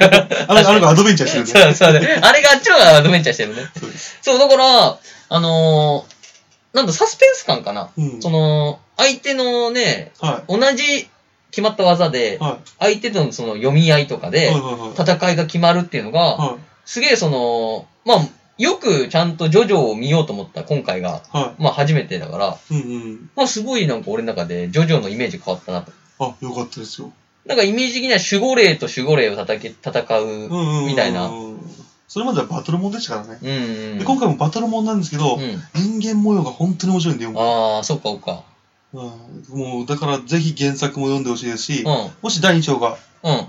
[SPEAKER 3] あれ、あれがアドベンチャーしてるんで。
[SPEAKER 2] [LAUGHS] そうそうだね。あれがあっちの方がアドベンチャーしてるね。
[SPEAKER 3] そうです。
[SPEAKER 2] そう、だから、あのー、なんだ、サスペンス感かな。
[SPEAKER 3] うん。
[SPEAKER 2] その、相手のね、
[SPEAKER 3] は
[SPEAKER 2] 同じ決まった技で
[SPEAKER 3] い。、は
[SPEAKER 2] 相手とのその読み合いとか
[SPEAKER 3] い。はい。
[SPEAKER 2] で
[SPEAKER 3] はい、はい
[SPEAKER 2] 戦いが決まるっていうのが、
[SPEAKER 3] はい。
[SPEAKER 2] すげえその、まあ、よくちゃんとジョジョを見ようと思った今回が、
[SPEAKER 3] は
[SPEAKER 2] まあ初めてだから、
[SPEAKER 3] い。うんうん。
[SPEAKER 2] まあすごいなんか俺の中でジョジョのイメージ変わったなと。
[SPEAKER 3] あ、よかったですよ。
[SPEAKER 2] なんかイメージ的には守護霊と守護霊を叩け戦
[SPEAKER 3] う
[SPEAKER 2] うん
[SPEAKER 3] うんうん。
[SPEAKER 2] みたいな。。
[SPEAKER 3] それまではバトルモンでしたからね。
[SPEAKER 2] うん、うん。
[SPEAKER 3] で今回もバトルモンなんですけど、
[SPEAKER 2] うん。
[SPEAKER 3] 人間模様が本当に面白いんでよ。
[SPEAKER 2] ああ、そっかそっか。
[SPEAKER 3] うん、もう、だからぜひ原作も読んでほしいですし、
[SPEAKER 2] う
[SPEAKER 3] もし第2章が、
[SPEAKER 2] ん。う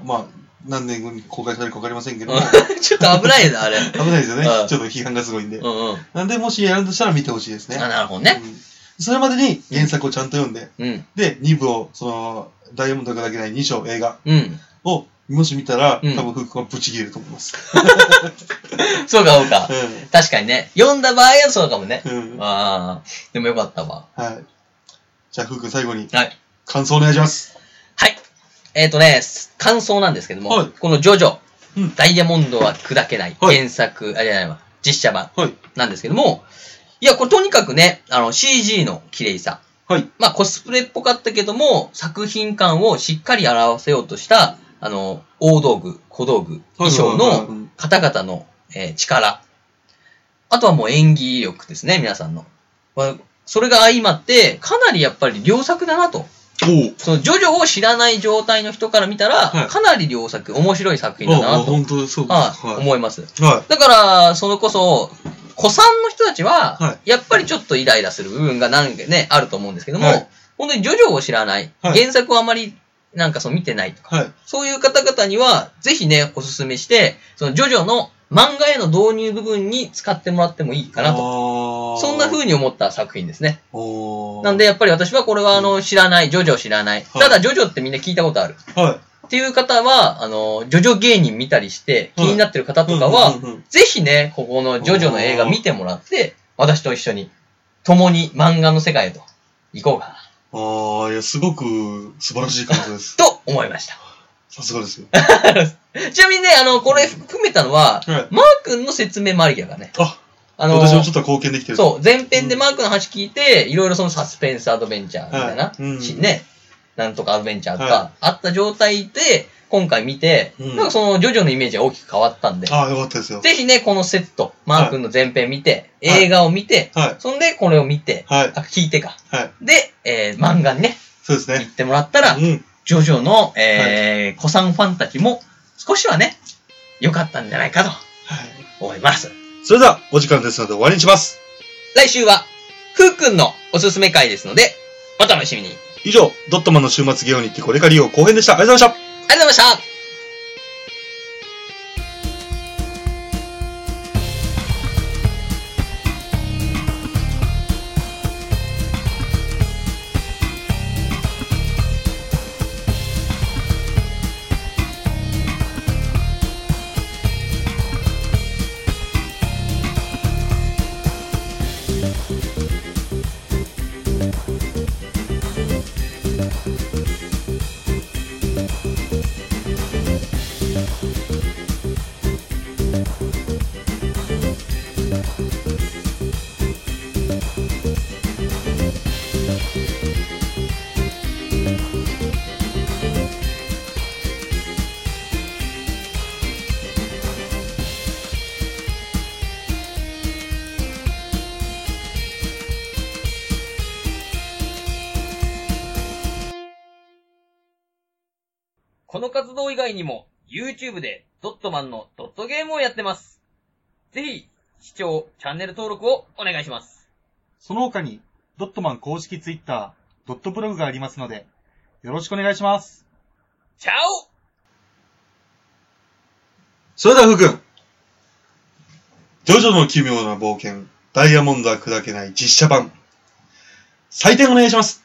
[SPEAKER 2] ん。
[SPEAKER 3] まあ、何年後に公開されるか分かりませんけども、
[SPEAKER 2] うん [LAUGHS] ちょっと危ないよ
[SPEAKER 3] [LAUGHS]
[SPEAKER 2] な、あれ。
[SPEAKER 3] 危ないですよね
[SPEAKER 2] うん。
[SPEAKER 3] ちょっと批判がすごいんで。
[SPEAKER 2] うんうん。あ、
[SPEAKER 3] なんで、もしやるとしたら見てほしいですね。
[SPEAKER 2] なるほどね。
[SPEAKER 3] うんそれまでに原作をちゃんと読んで、
[SPEAKER 2] うん。
[SPEAKER 3] で、2部を、その、ダイヤモンドがだけない2章映画
[SPEAKER 2] うん。
[SPEAKER 3] を、もし見たら、
[SPEAKER 2] うん
[SPEAKER 3] 多分、フックはブチ切れると思います。
[SPEAKER 2] そうか、そうか
[SPEAKER 3] う。
[SPEAKER 2] 確かにね。読んだ場合はそうかもね。
[SPEAKER 3] ん。うん。は
[SPEAKER 2] ああ、でもよかったわ。
[SPEAKER 3] い。じゃあ、フック最後に、
[SPEAKER 2] はい。
[SPEAKER 3] 感想お願いします。
[SPEAKER 2] はい。えっ、とね、感想なんですけども、
[SPEAKER 3] はい
[SPEAKER 2] このジョジョ、
[SPEAKER 3] うん
[SPEAKER 2] ダイヤモンドは砕けない、
[SPEAKER 3] はい
[SPEAKER 2] 原作、あ、じゃないわ、実写版
[SPEAKER 3] はい。
[SPEAKER 2] なんですけども、いや、これとにかくね、あの、CG の綺麗さ。
[SPEAKER 3] はい。
[SPEAKER 2] まあ、コスプレっぽかったけども、作品感をしっかり表せようとした、あの、大道具、小道具、衣装の
[SPEAKER 3] うん
[SPEAKER 2] 方々の、えー力。あとはもう演技力ですね、皆さんの。まあそれが相まって、かなりやっぱり良作だなと。
[SPEAKER 3] おう
[SPEAKER 2] そのジョジョを知らない状態の人から見たら、
[SPEAKER 3] はい
[SPEAKER 2] かなり良作、面白い作品だ
[SPEAKER 3] ああ、
[SPEAKER 2] なと、
[SPEAKER 3] 本当そうです。
[SPEAKER 2] はい
[SPEAKER 3] はい。
[SPEAKER 2] 思います。
[SPEAKER 3] は
[SPEAKER 2] だから、それこそ、子さんの人たちは、
[SPEAKER 3] は
[SPEAKER 2] やっぱりちょっとイライラする部分がなんかね、あると思うんですけども、
[SPEAKER 3] はい
[SPEAKER 2] 本当にジョジョを知らない、
[SPEAKER 3] はい
[SPEAKER 2] 原作をあまりなんかその見てないとか、
[SPEAKER 3] い。はい。
[SPEAKER 2] そういう方々には、ぜひね、おすすめして、そのジョジョの漫画への導入部分に使ってもらってもいいかなと。
[SPEAKER 3] と
[SPEAKER 2] そんな風に思った作品ですね。
[SPEAKER 3] おー
[SPEAKER 2] なんで、やっぱり私はこれはあの、知らない、ジョジョ知らない。
[SPEAKER 3] はい
[SPEAKER 2] ただ、ジョジョってみんな聞いたことある。
[SPEAKER 3] は
[SPEAKER 2] っていう方は、あの、ジョジョ芸人見たりして、気
[SPEAKER 3] はい
[SPEAKER 2] になってる方
[SPEAKER 3] い。
[SPEAKER 2] とかは
[SPEAKER 3] うん、うんうん
[SPEAKER 2] ぜひね、ここのジョジョの映画見てもらって、私と一緒に、共に漫画の世界へと行こうかな、
[SPEAKER 3] ああ、いや、すごく素晴らしい感想で
[SPEAKER 2] [LAUGHS]
[SPEAKER 3] す。
[SPEAKER 2] と思いました。
[SPEAKER 3] さすがですよ。
[SPEAKER 2] ちなみにね、あの、これ含めたのは、
[SPEAKER 3] はい。
[SPEAKER 2] マー君の説明もありやからね。
[SPEAKER 3] あ、
[SPEAKER 2] あの、
[SPEAKER 3] 私もちょっと貢献できてる。
[SPEAKER 2] そう、前編でマー君の話聞いて、いろいろそのサスペンスアドベンチャーみたいな、
[SPEAKER 3] はいうん
[SPEAKER 2] しね、なんとかアドベンチャーとか、
[SPEAKER 3] は
[SPEAKER 2] あった状態で、今回見て、
[SPEAKER 3] うん
[SPEAKER 2] なんかそのジョジョのイメージが大きく変わったんで、
[SPEAKER 3] ああ、よかったですよ。
[SPEAKER 2] ぜひね、このセット、マー君の前編見て、
[SPEAKER 3] はい
[SPEAKER 2] 映画を見て、
[SPEAKER 3] はい。
[SPEAKER 2] そんでこれを見て、
[SPEAKER 3] はい。
[SPEAKER 2] あ、聞いてか。
[SPEAKER 3] はい。
[SPEAKER 2] で、えー漫画にね、
[SPEAKER 3] そうです
[SPEAKER 2] 行
[SPEAKER 3] ね。
[SPEAKER 2] ってもらったら、
[SPEAKER 3] うん。
[SPEAKER 2] ジョジョの、えー、子さんファンたちも、少しはね、良かったんじゃないかと
[SPEAKER 3] はい。
[SPEAKER 2] 思います。
[SPEAKER 3] それでは、お時間ですので終わりにします。
[SPEAKER 2] 来週は、ふうくんのおすすめ会ですので、お楽しみに。
[SPEAKER 3] 以上、ドットマンの週末ゲオに行ってこれから利用後編でした。ありがとうございました。
[SPEAKER 2] ありがとうございましたこの活動以外にも、YouTube でドットマンのドットゲームをやってます。ぜひ、視聴、チャンネル登録をお願いします。
[SPEAKER 4] その他に、ドットマン公式ツイッター、ドットブログがありますので、よろしくお願いします。
[SPEAKER 2] チャオ
[SPEAKER 3] それでは、ふうくん。ジョジョの奇妙な冒険、ダイヤモンドは砕けない実写版。採点お願いします。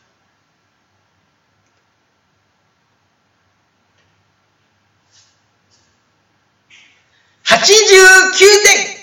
[SPEAKER 2] 点